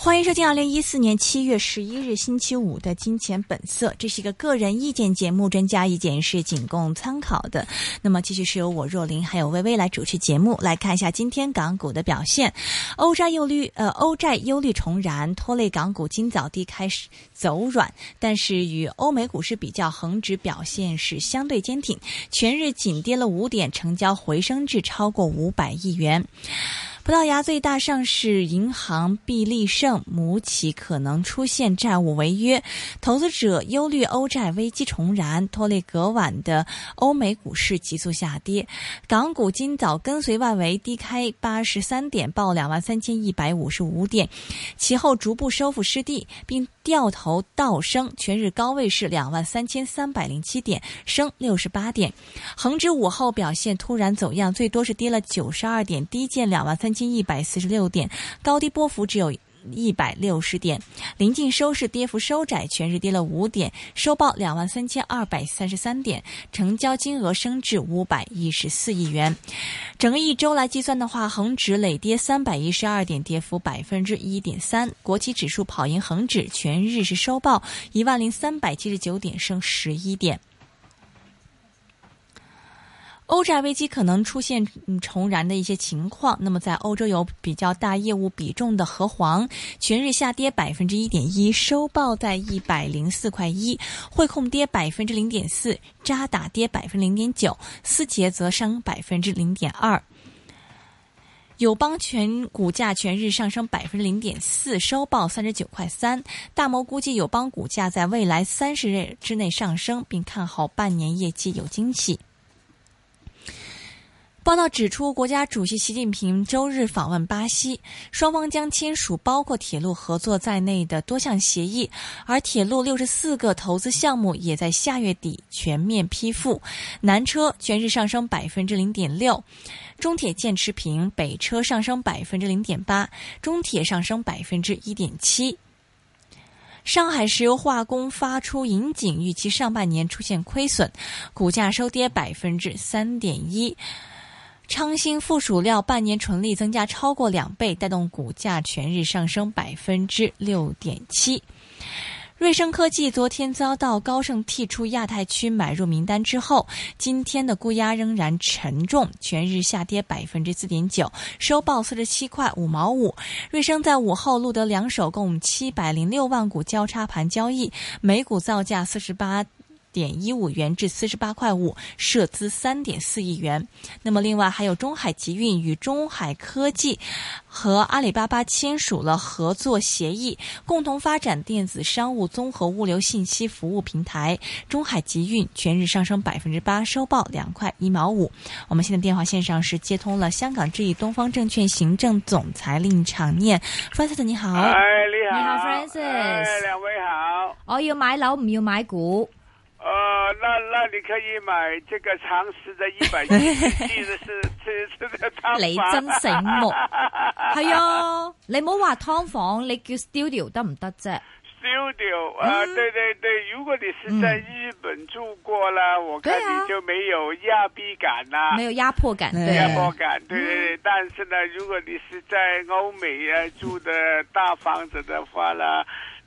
欢迎收听二零一四年七月十一日星期五的《金钱本色》，这是一个个人意见节目，专家意见是仅供参考的。那么，继续是由我若琳还有薇薇来主持节目，来看一下今天港股的表现。欧债忧虑，呃，欧债忧虑重燃，拖累港股今早低开始走软，但是与欧美股市比较，恒指表现是相对坚挺，全日仅跌了五点，成交回升至超过五百亿元。葡萄牙最大上市银行必利盛母企可能出现债务违约，投资者忧虑欧债危机重燃，拖累隔晚的欧美股市急速下跌。港股今早跟随外围低开八十三点，报两万三千一百五十五点，其后逐步收复失地，并掉头倒升，全日高位是两万三千三百零七点，升六十八点。恒指午后表现突然走样，最多是跌了九十二点，低见两万三千一百四十六点，高低波幅只有。一百六十点，临近收市，跌幅收窄，全日跌了五点，收报两万三千二百三十三点，成交金额升至五百一十四亿元。整个一周来计算的话，恒指累跌三百一十二点，跌幅百分之一点三。国企指数跑赢恒指，全日是收报一万零三百七十九点，升十一点。欧债危机可能出现嗯重燃的一些情况。那么，在欧洲有比较大业务比重的和黄，全日下跌百分之一点一，收报在一百零四块一；汇控跌百分之零点四，渣打跌百分之零点九，思捷则升百分之零点二。友邦全股价全日上升百分之零点四，收报三十九块三。大摩估计友邦股价在未来三十日之内上升，并看好半年业绩有惊喜。报道指出，国家主席习近平周日访问巴西，双方将签署包括铁路合作在内的多项协议，而铁路六十四个投资项目也在下月底全面批复。南车全日上升百分之零点六，中铁建持平，北车上升百分之零点八，中铁上升百分之一点七。上海石油化工发出引颈，预期上半年出现亏损，股价收跌百分之三点一。昌兴附属料半年纯利增加超过两倍，带动股价全日上升百分之六点七。瑞声科技昨天遭到高盛剔出亚太区买入名单之后，今天的估压仍然沉重，全日下跌百分之四点九，收报四十七块五毛五。瑞声在午后录得两手共七百零六万股交叉盘交易，每股造价四十八。点一五元至四十八块五，涉资三点四亿元。那么，另外还有中海集运与中海科技和阿里巴巴签署了合作协议，共同发展电子商务综合物流信息服务平台。中海集运全日上升百分之八，收报两块一毛五。我们现在电话线上是接通了香港之翼东方证券行政总裁令常念 f r a n c i s 你好。哎，你好，你好，Francis 哎，两位好。我要买楼唔要买股，呃，那那你可以买这个长实的一百七 十四是是的套房。你真醒 目，系啊，你唔好话劏房，你叫 studio 得唔得啫？ studio 啊、嗯对对对，如果你是在日本住过了，我看对啊你就没有压逼感啦没。有压迫感，嗯啊压对，迫感，对对对，但是呢，如果你是在欧美啊住的大房子的话呢，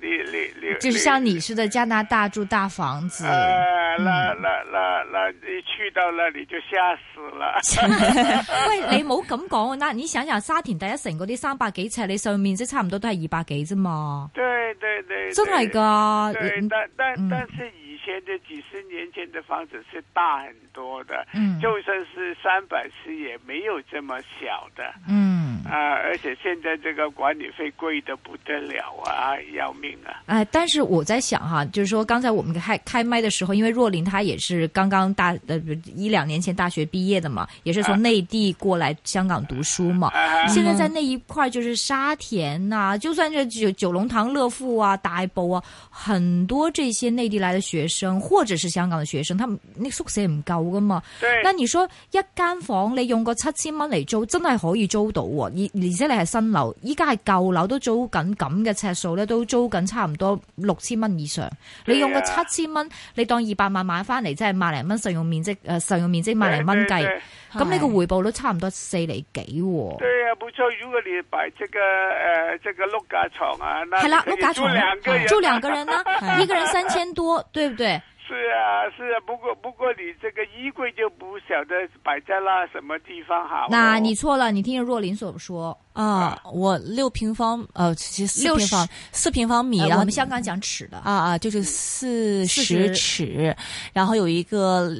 你你你，就是像你似的加拿大住大房子，呃，那那那那你去到那里就吓死了。 喂，你唔好咁講嗱，你想想沙田第一城嗰啲三百幾尺，你上面積差唔多都係二百幾啫嘛，对对对，真係㗎，对，你但但嗯但是以前的几十年前的房子是大很多的，嗯就算是三百尺也没有这么小的。嗯啊，而且现在这个管理费贵的不得了啊，要命啊！哎，但是我在想哈，就是说刚才我们开开麦的时候，因为若琳她也是刚刚大呃不一两年前大学毕业的嘛，也是从内地过来香港读书嘛。啊现在在那一块儿就是沙田呐、就算是九九龙塘、乐富啊、大埔啊，很多这些内地来的学生或者是香港的学生，他们那宿舍唔夠噶嘛。对，那你說一間房你用個七千蚊嚟租，真係可以租到喎，而而且你係新樓，依家係舊樓都租緊咁嘅尺數咧，都租緊差唔多六千蚊以上。你用個係啊七千蚊，你當二百萬買翻嚟，即係萬零蚊實用面積，誒、實用面積萬零蚊对計，。咁你個回報率差唔多四厘幾喎。对呀、不错。如果你摆这个呃这个碌架床啊，那係啦，你碌可以架住床哦两个人，啊住兩個人啦，一個人三千多，對唔對？是啊是啊。不过不过你这个衣柜就不晓得摆在那什么地方好、哦。那你错了，你聽若琳所說，啊，我六平方呃，其实四六平十方四平方米，呃然我后們香港講尺的。哎啊啊，就是四十40尺，然后有一个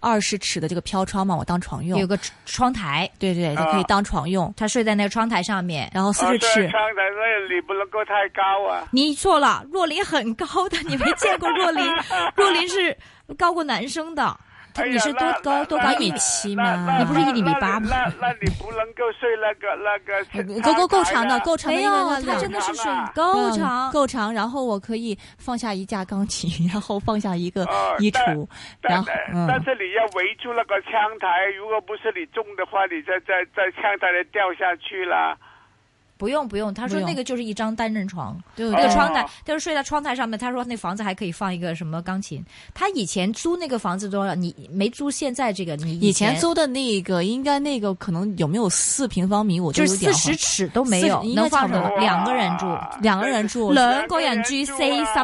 二十尺的这个飘窗嘛，我当床用有，个窗台，对对，它可以当床用，他睡在那个窗台上面。然后四啊十对尺，窗台那里不能够太高啊。你错了，若琳很高的，你没见过若琳，若琳是高过男生的。他哎呀你是多那高那多高那一那七那吗那你不是一米八吗那那那你不能够睡那个那个窗呃 够够够台长的，啊够长的，没因为有，它他两真的是睡长够嗯长。够长，然后我可以放下一架钢琴， 然后放下一个哦衣但橱，然但后但但嗯，是你要围住那个枪台，如果不是你中的话，你在在在枪台里掉下去了。不用不用，他说不用那个就是一张单人床，对那个对哦窗台，他说睡在窗台上面。他说那房子还可以放一个什么钢琴。他以前租那个房子多少？你没租现在这个？你以前前租的那个应该那个可能有没有四平方米，我都就有是点四十慌尺都没40有，应该能差放不什多么？嗯两个人住，哇两个人住，两個人啊住四十尺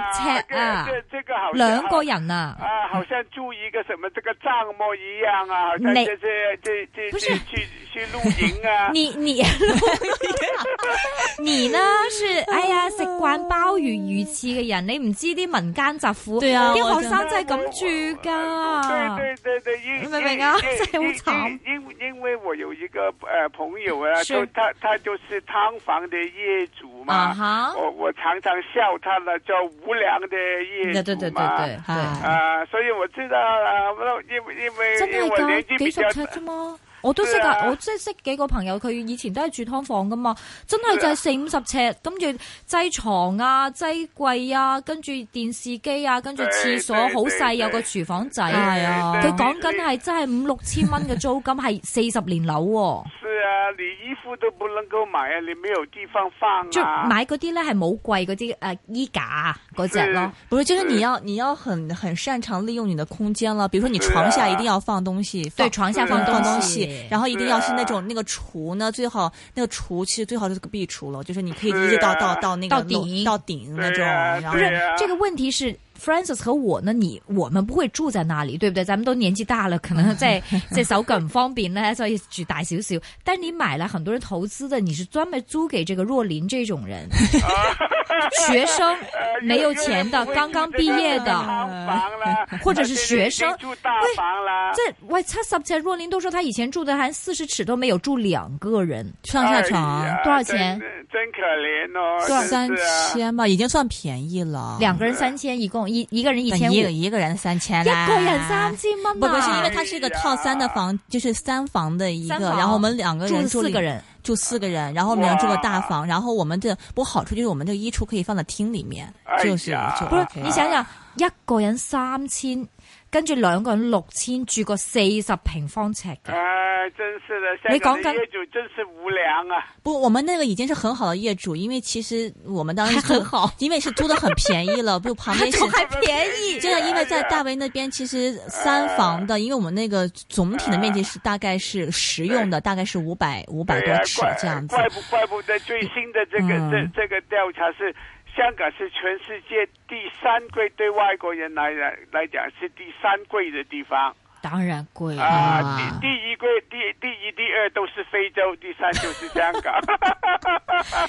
啊这这个好像两个人啊。啊，好像住一个什么这个帐幕一样啊，好像你这这这这不是。这去去露营啊你你 你呢是哎呀食慣鮑魚魚翅嘅人，你唔知啲民間疾苦，對啊啲我學真生真係咁住噶。对对对对，因明唔明啊因真係好因慘因因因为我有一个呃朋友啊，是就他他就是汤房的业主啊嘛，哈，我我常常笑他呢，叫无良的业主嘛。对對對對對對，啊啊，所以我知道啊，我因为因为真因为我年係纪㗎，比幾十较尺啫 嘛。我都識對噶，啊我即係識幾個朋友，佢以前都係住劏房噶嘛，真啊係就係四五十尺，跟住擠床啊、擠櫃啊，跟住電視機啊，跟住廁所對對好細，對有個廚房仔。對哎呀佢講緊係真係五六千蚊嘅租金，係四十年樓 喎。是啊，你衣服都不能够买啊，你没有地方放就啊。買嗰啲咧係冇櫃嗰啲誒衣架嗰只咯。不是，就是你要你要很很擅长利用你的空间了，比如说你是床下啊一定要放东西，對放床下下放放放東东西西，，然後后一定要是那是种那个橱呢，最好那个橱其实最好就是个壁橱了，就是你可以一是直到啊到到那个到楼顶到顶那对种，啊然后不是对啊這個問題是 Francis 和我呢，你我們不會住在那裡，對不對？咱們都年紀大了，可能即 係即係手腳唔方便咧，所以住大少少。但你買了很多人投資的，你是專門租給這個若琳這 種人，學哎生呃沒有錢的，剛剛畢業的。呃汤房啦，呃或者是学生而且你住大房啦，即係喂七十尺，若琳都說她以前住的還四十尺都沒有住兩個人，上下哎床呀啊多少钱真真可怜哦，三真是啊千吧，已经算便宜了，兩個人三千，一共一一個人一那千五，一一个一个人三千啦，個人三。千蚊啊！不不是因为它是一个套三的房，就是三房的一三个，房然后我们两个人住四里個人。住四个人，然后我们俩住个大房，然后我们这不过好处就是我们这个衣橱可以放在厅里面，哎就是呀就不是啊 OK 你想想，一個人三千，跟住兩個人六千，住個四十平方尺嘅，哎，真是的，你香港講緊的业主真是无良啊！不，我们那个已经是很好的业主，因为其实我们当时还很好，因为是租的很便宜了，不旁边 是。啊便宜真的，因为在大围那边，其实三房的，因为我们那个总体的面积是大概是实用的，大概是五百五百对多哎呀，尺怪这样子。怪不怪不得最新的这个、嗯这这个调查是，香港是全世界第三贵，对外国人来来来讲是第三贵的地方 当然貴啊。啦。第第一贵，第第一、第二都是非洲，第三就是香港。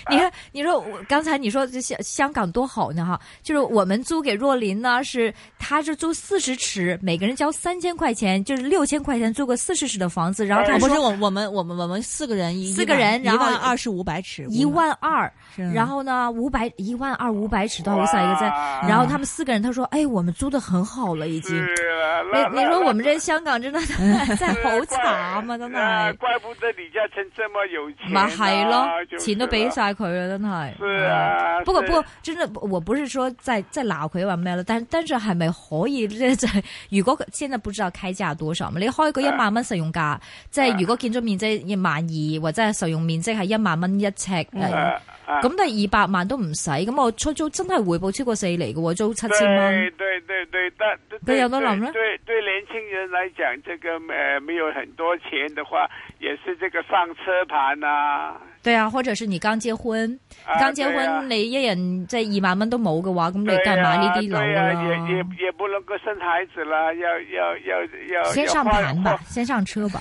你看，你说我刚才你说这香香港多好呢哈，就是我们租给若琳呢，是她是租四十尺，每个人交三千块钱，就是六千块钱租个四十尺的房子，然后她哦不说哎是我我们我们我们四个人一四个人然一后万二是五百尺，一万二，是啊然后呢五百一万二五百尺到五百一个在，哇然后他们四个人他说，哎，我们租的很好了已经。嗯是啊，你那你说我们这香港真的 真係好慘啊！真啊係，怪不得李嘉誠這麼有錢、咪啊，係咯，就是錢都俾晒佢啦，真係。是啊不過是不過，真係我不是說在在鬧佢話咩啦，但但是係咪可以咧？就係如果現在不知道開價多少嘛，你開個一萬蚊實用價，即係如果建築面積一萬二或者係實用面積係一萬蚊一尺，誒啊啊咁但係二百萬都唔使，咁我出租真係回報超過四厘嘅喎，租七千蚊对。对对对，但对对有多少呢对对，年轻人来讲，这个呃没有很多钱的话，也是这个上车盘呐、對啊，或者是你剛結婚，啊剛結對啊婚你一人即係二萬蚊都冇嘅話，咁你对梗係買呢呀、啲樓对㗎呀、啦。也也也不能够生孩子了，要要要要先上盘吧，先上车 吧，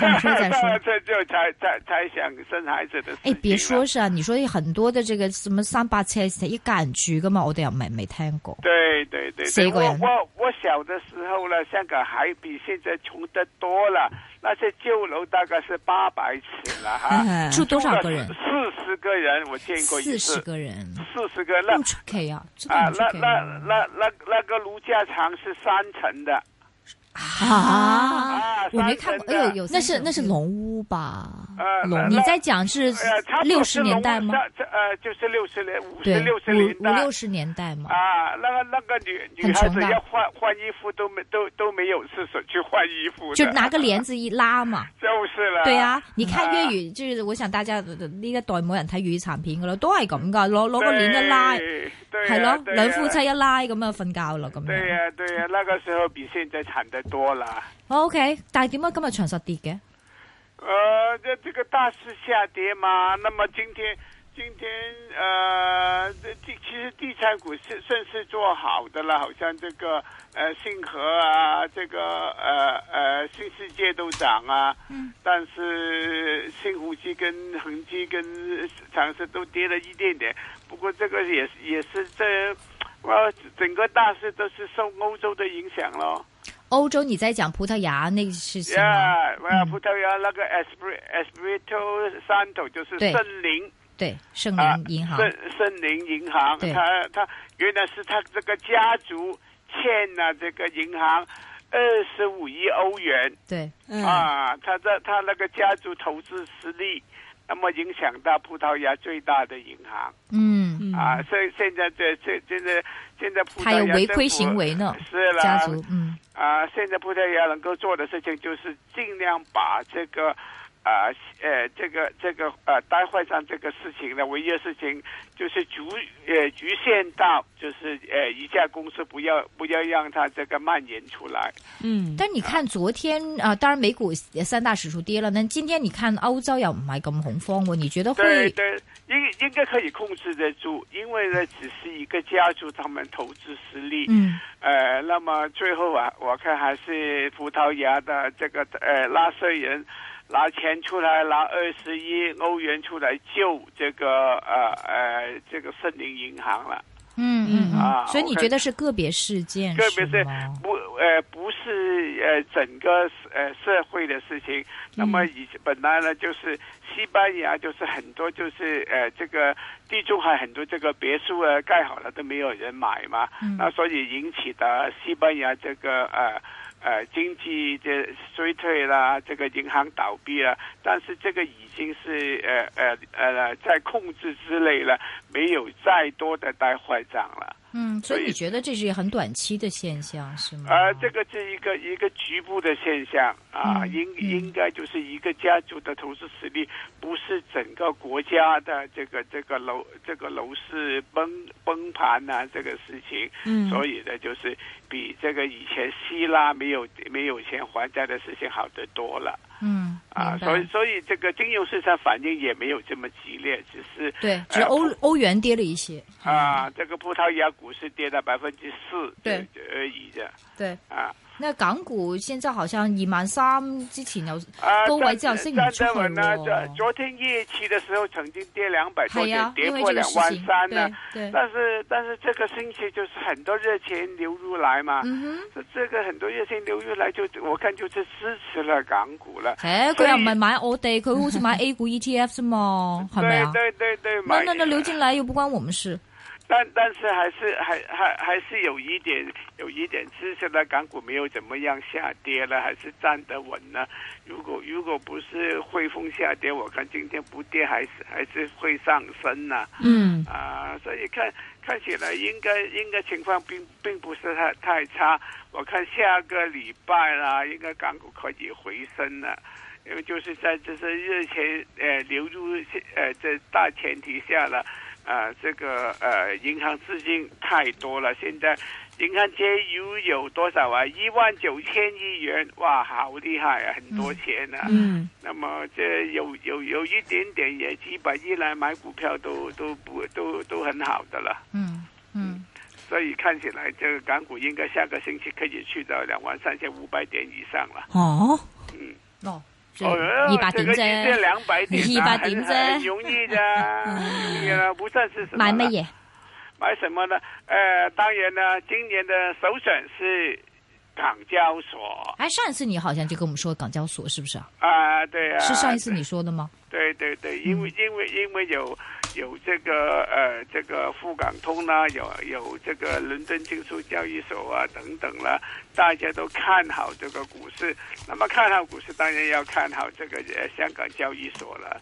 上车再说。这就才才才想生孩子的事哎情，别了说是啊，你说很多的这个什么三八车一家人住噶嘛，我哋又没没听过。对对对，谁对过我呀我我小的时候呢，香港还比现在穷得多了。那些旧楼大概是八百尺了 嗯哈，住多少个人四十个人，我见过一四次十，个人，四十个那唔出奇啊，真啊那係唔出奇那那那那个卢家场是三层的啊！啊，我没三层看过，的哎呦，有那是三那是层龙屋吧？呃龙你屋在讲是呃，差不多六是十年代龙吗？这这呃，就是六十年五对十，六十年五五代六十年代嘛。啊，那个那个女女很孩穷子的要换换衣服都没都都没有是手去换衣服的，就拿个帘子一拉嘛， 就是啦，对啊，你看粵語，就是我想大家呃呢一代冇人睇粵語殘片噶啦，都係咁噶，攞攞個簾一拉，对对係呀咯，对呀兩夫妻一拉咁啊瞓覺啦咁对樣。呀、对呀、那个时候比现在惨得多了。 O K，但係點解今日長實跌嘅？呃，这这个大势下跌嘛，那么今天今天呃，这地其实地产股是算是做好的了，好像这个呃信和啊，这个呃呃新世界都涨啊，嗯，但是新鸿基跟恒基跟长实都跌了一点点，不过这个也是也是这。呃，整个大势都是受欧洲的影响咯。歐洲你在講葡萄牙那個事情嘛？呀，我要葡萄牙那个 Esprit Espirito Santo 就是对圣灵對，盛啊林，銀行圣圣灵银行，对它它原来是它这个家族欠了这个银行二十五亿欧元對。嗯啊，它的它那个家族投资失利，那么影响到葡萄牙最大的银行嗯，啊，所以现在这这现在现在葡萄他牙有违规政府行为呢，是啦，家族，嗯，啊，现在葡萄牙能够做的事情就是尽量把这个，啊，呃，这个这个呃，待会上这个事情呢，唯一的事情就是局呃局限到就是呃一家公司不要不要让它这个蔓延出来。嗯，但你看昨天啊、呃当然美股三大指數跌啦，但今天你看歐洲又唔係咁恐慌喎，你覺得对會对，应应该可以控制得住，因为呢只是一个家族他们投资失利。嗯呃，那么最后啊，我看还是葡萄牙的这个呃纳税人拿钱出来，拿二十一欧元出来救这个呃呃这个森林银行了。嗯嗯啊嗯，所以你我看覺得是個別事件，特别是嗎不呃不是呃整个呃社会的事情。那么以本来呢，就是西班牙就是很多就是呃这个地中海很多这个别墅啊盖好了都没有人买嘛，那所以引起的西班牙这个呃。呃，经济的衰退啦，这个银行倒闭啦，但是这个已经是呃呃呃在控制之内了，没有再多的带坏账了。嗯，所所以以你觉得这是很短期的现象是吗？啊，这个是一个一个局部的现象啊，嗯应嗯应该就是一个家族的投资实力，不是整个国家的这个这个楼这个楼市崩崩盘呐、这个事情。嗯所以呢，就是比这个以前希腊没有没有钱还债的事情好得多了嗯啊。明白所以所以这个金融市场反应也没有这么激烈，只是对，只是呃欧欧元跌了一些，啊，这个葡萄牙股市跌了百分之四对而已的对。啊。那港股現在好像二萬三之前有啊，高位之後站升唔站出去得穩啦。喎昨昨天夜期的時候曾經跌兩百多係點啊，，跌因為破這個兩事萬情，三呢。對對，但是但是這個星期就是很多熱錢流入來嘛，嗯哼。這這個很多熱錢流入來就我看就是支持了港股了。誒，所以佢又唔係買我哋，佢好似買 A 股 ETF 啫嘛，嗯係咪啊？對對對對，那買那那流進來又不關我們事。但但是還是還還還是有一點有一點支持了港股沒有怎麼樣下跌了，還是站得穩了。如果如果不是匯豐下跌，我看今天不跌還是還是会上升呢、嗯，啊，所以看看起来应该应该情况并并不是太太差。我看下个礼拜啦，应该港股可以回升了，因为就是在这是热钱呃流入呃这大前提下了，呃这个呃银行资金太多了，现在银行街有有多少啊？一万九千亿元，哇，好厉害啊，很多钱啊。嗯那么这有有有一点点也几百亿来买股票都都不都都很好的了，嗯嗯，所以看起来这个港股应该下个星期可以去到两万三千五百点以上了。哦，哦，即哦，二百这點个啫。两百点啊， 200点啫很很容易的啊，很容易啊，不算是什么。買乜？嘢？买什么呢？呃，当然呢，今年的首选是港交所哎，上一次你好像就跟我们说港交所是不是啊？啊，对啊，是上一次你说的吗？对对对，因为因为因为有有这个呃这个沪港通啦，有有这个伦敦金属交易所啊等等啦，大家都看好这个股市。那么看好股市，当然要看好这个呃香港交易所了。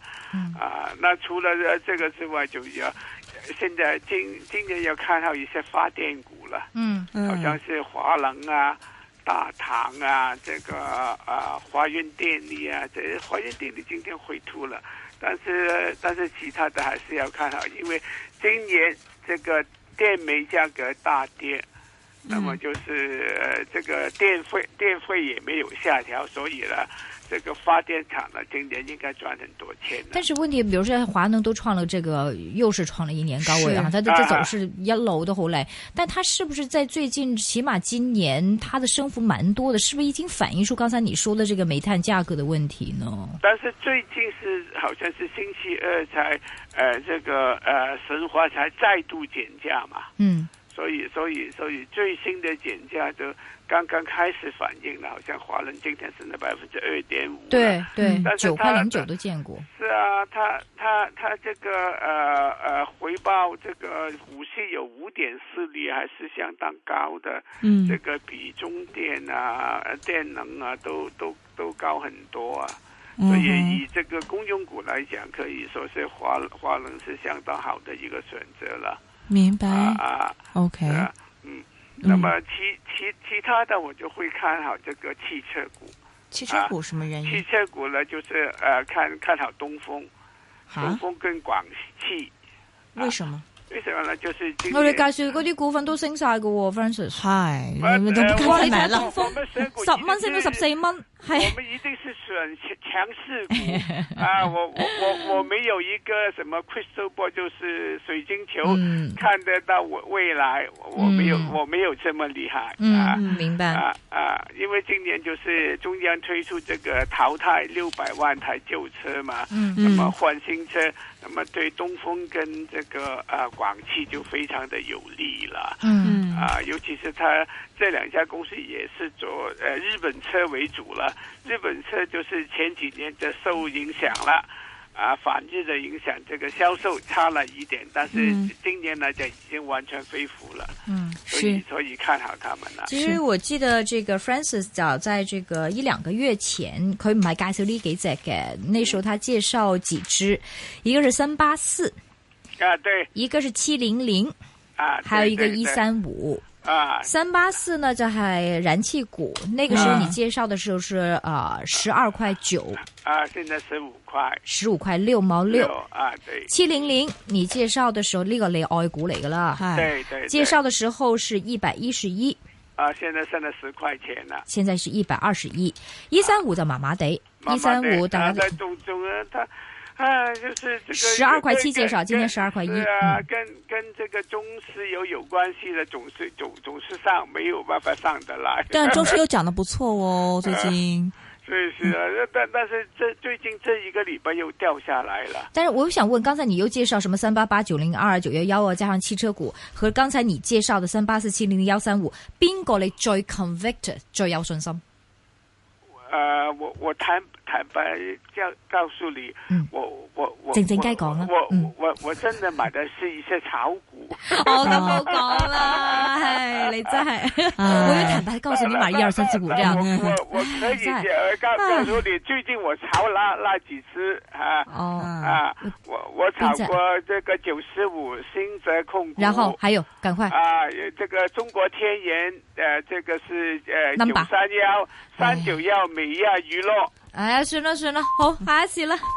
啊，那除了呃这个之外，就要呃现在今今年要看好一些发电股了。嗯好像是华能啊、大唐啊、这个啊华润电力啊，这华润电力今天回吐了，但是但是其他的还是要看好，因为今年这个电煤价格大跌。那嗯么就是、呃这个电费，电费也没有下调，所以呢，这个发电厂呢，今年应该赚很多钱的但。是问题，比如说华能都创了这个，又是创了一年高位啊，是它的这啊走势一楼都好累。但它是不是在最近，起码今年它的升幅蛮多的，是不是已经反映出刚才你说的这个煤炭价格的问题呢？但是最近是好像是星期二才，呃，这个呃神华才再度减价嘛。嗯所以，所以，所以最新的减价就刚刚开始反映了，好像华人今天升了百分之二点五。，对嗯但是九块它零九都见过。是啊，它它它这个呃呃回报这个股息有五点四厘，还是相当高的。嗯这个比中电啊、呃电能啊都都都高很多啊。所以嗯以这个公用股来讲，可以说是华华人是相当好的一个选择了哼，明白啊。啊，OK，是哎啊，嗯，那么其其其他的我就会看好这个汽车股，汽车股什么原嗯汽因车股呢就是呃看看好东风，东啊？风跟广汽，为什么？为什么呢？就是今我哋年介紹嗰啲股份都升晒嘅喎，Francis，嗨，呃你们都不呃敢哇再你买睇了下。我们选股十蚊升到十四蚊，係我们一定是选强势股 啊！我我我我没有一个什么 crystal ball，就是水晶球，嗯看得到我未来，我我没有、嗯我没有这么厉害、啊。嗯，明白。啊啊！因为今年就是中央推出这个淘汰六百万台旧车嘛，嗯那么换新车，那么对东风跟这个啊广汽就非常的有利了。嗯嗯啊，尤其是它这两家公司也是做呃日本车为主了，日本车就是前几年的受影响了，啊，反日的影响，这个销售差了一点，但是嗯今年来讲已经完全恢复了，嗯，所以所以看好他们了。其實我記得這個 Francis 早在這個一兩個月前，佢唔係介紹呢幾隻嘅，那時候他介紹幾隻，一個是三八四，啊，对一個是七零零，啊，還有一個对对一三五。对啊，三八四呢就係燃氣股，那個時候你介紹的時候是啊十二塊九，啊，现在十五块十五塊六毛六。啊，对七零零，你介紹的時候呢、個你愛股嚟噶啦，嗨，啊对对，对介紹的時候是一百一十一，啊，现在剩了十块钱了。現在是一百二十一，一三五就麻麻地，麻一麻三地五大啊家但仲仲咧，他啊，就是这个12块七跟介绍跟今天12块一是啊，嗯跟跟这个中石油有关系的，总是总总是上没有办法上得来。但是中石油涨得不错哦，最近。是是啊，但但是这最近这一个礼拜又掉下来了。但是我又想问，刚才你又介绍什么三八八九零二九幺幺啊，加上汽车股和剛才你介紹嘅三八四七零幺三五，邊個你最 convicted 最有信心？呃，我我坦坦白告告诉你，嗯我我我靜靜雞講啊我嗯哦我我我真的买的是一些炒股。我咁冇講啦，唉，你真係，唉我要坦白告訴你買一二三四五這樣。 我我我可以呃啊告告诉你，最近我炒那那几只啊哦，嗯啊，我我炒过这个九十五新泽控股，然後還有，趕快，啊，呃这个中国天研，呃，这个是呃九 Number 哎三幺三九幺美亚娱乐。唉，算啦算啦，好，下一次啦。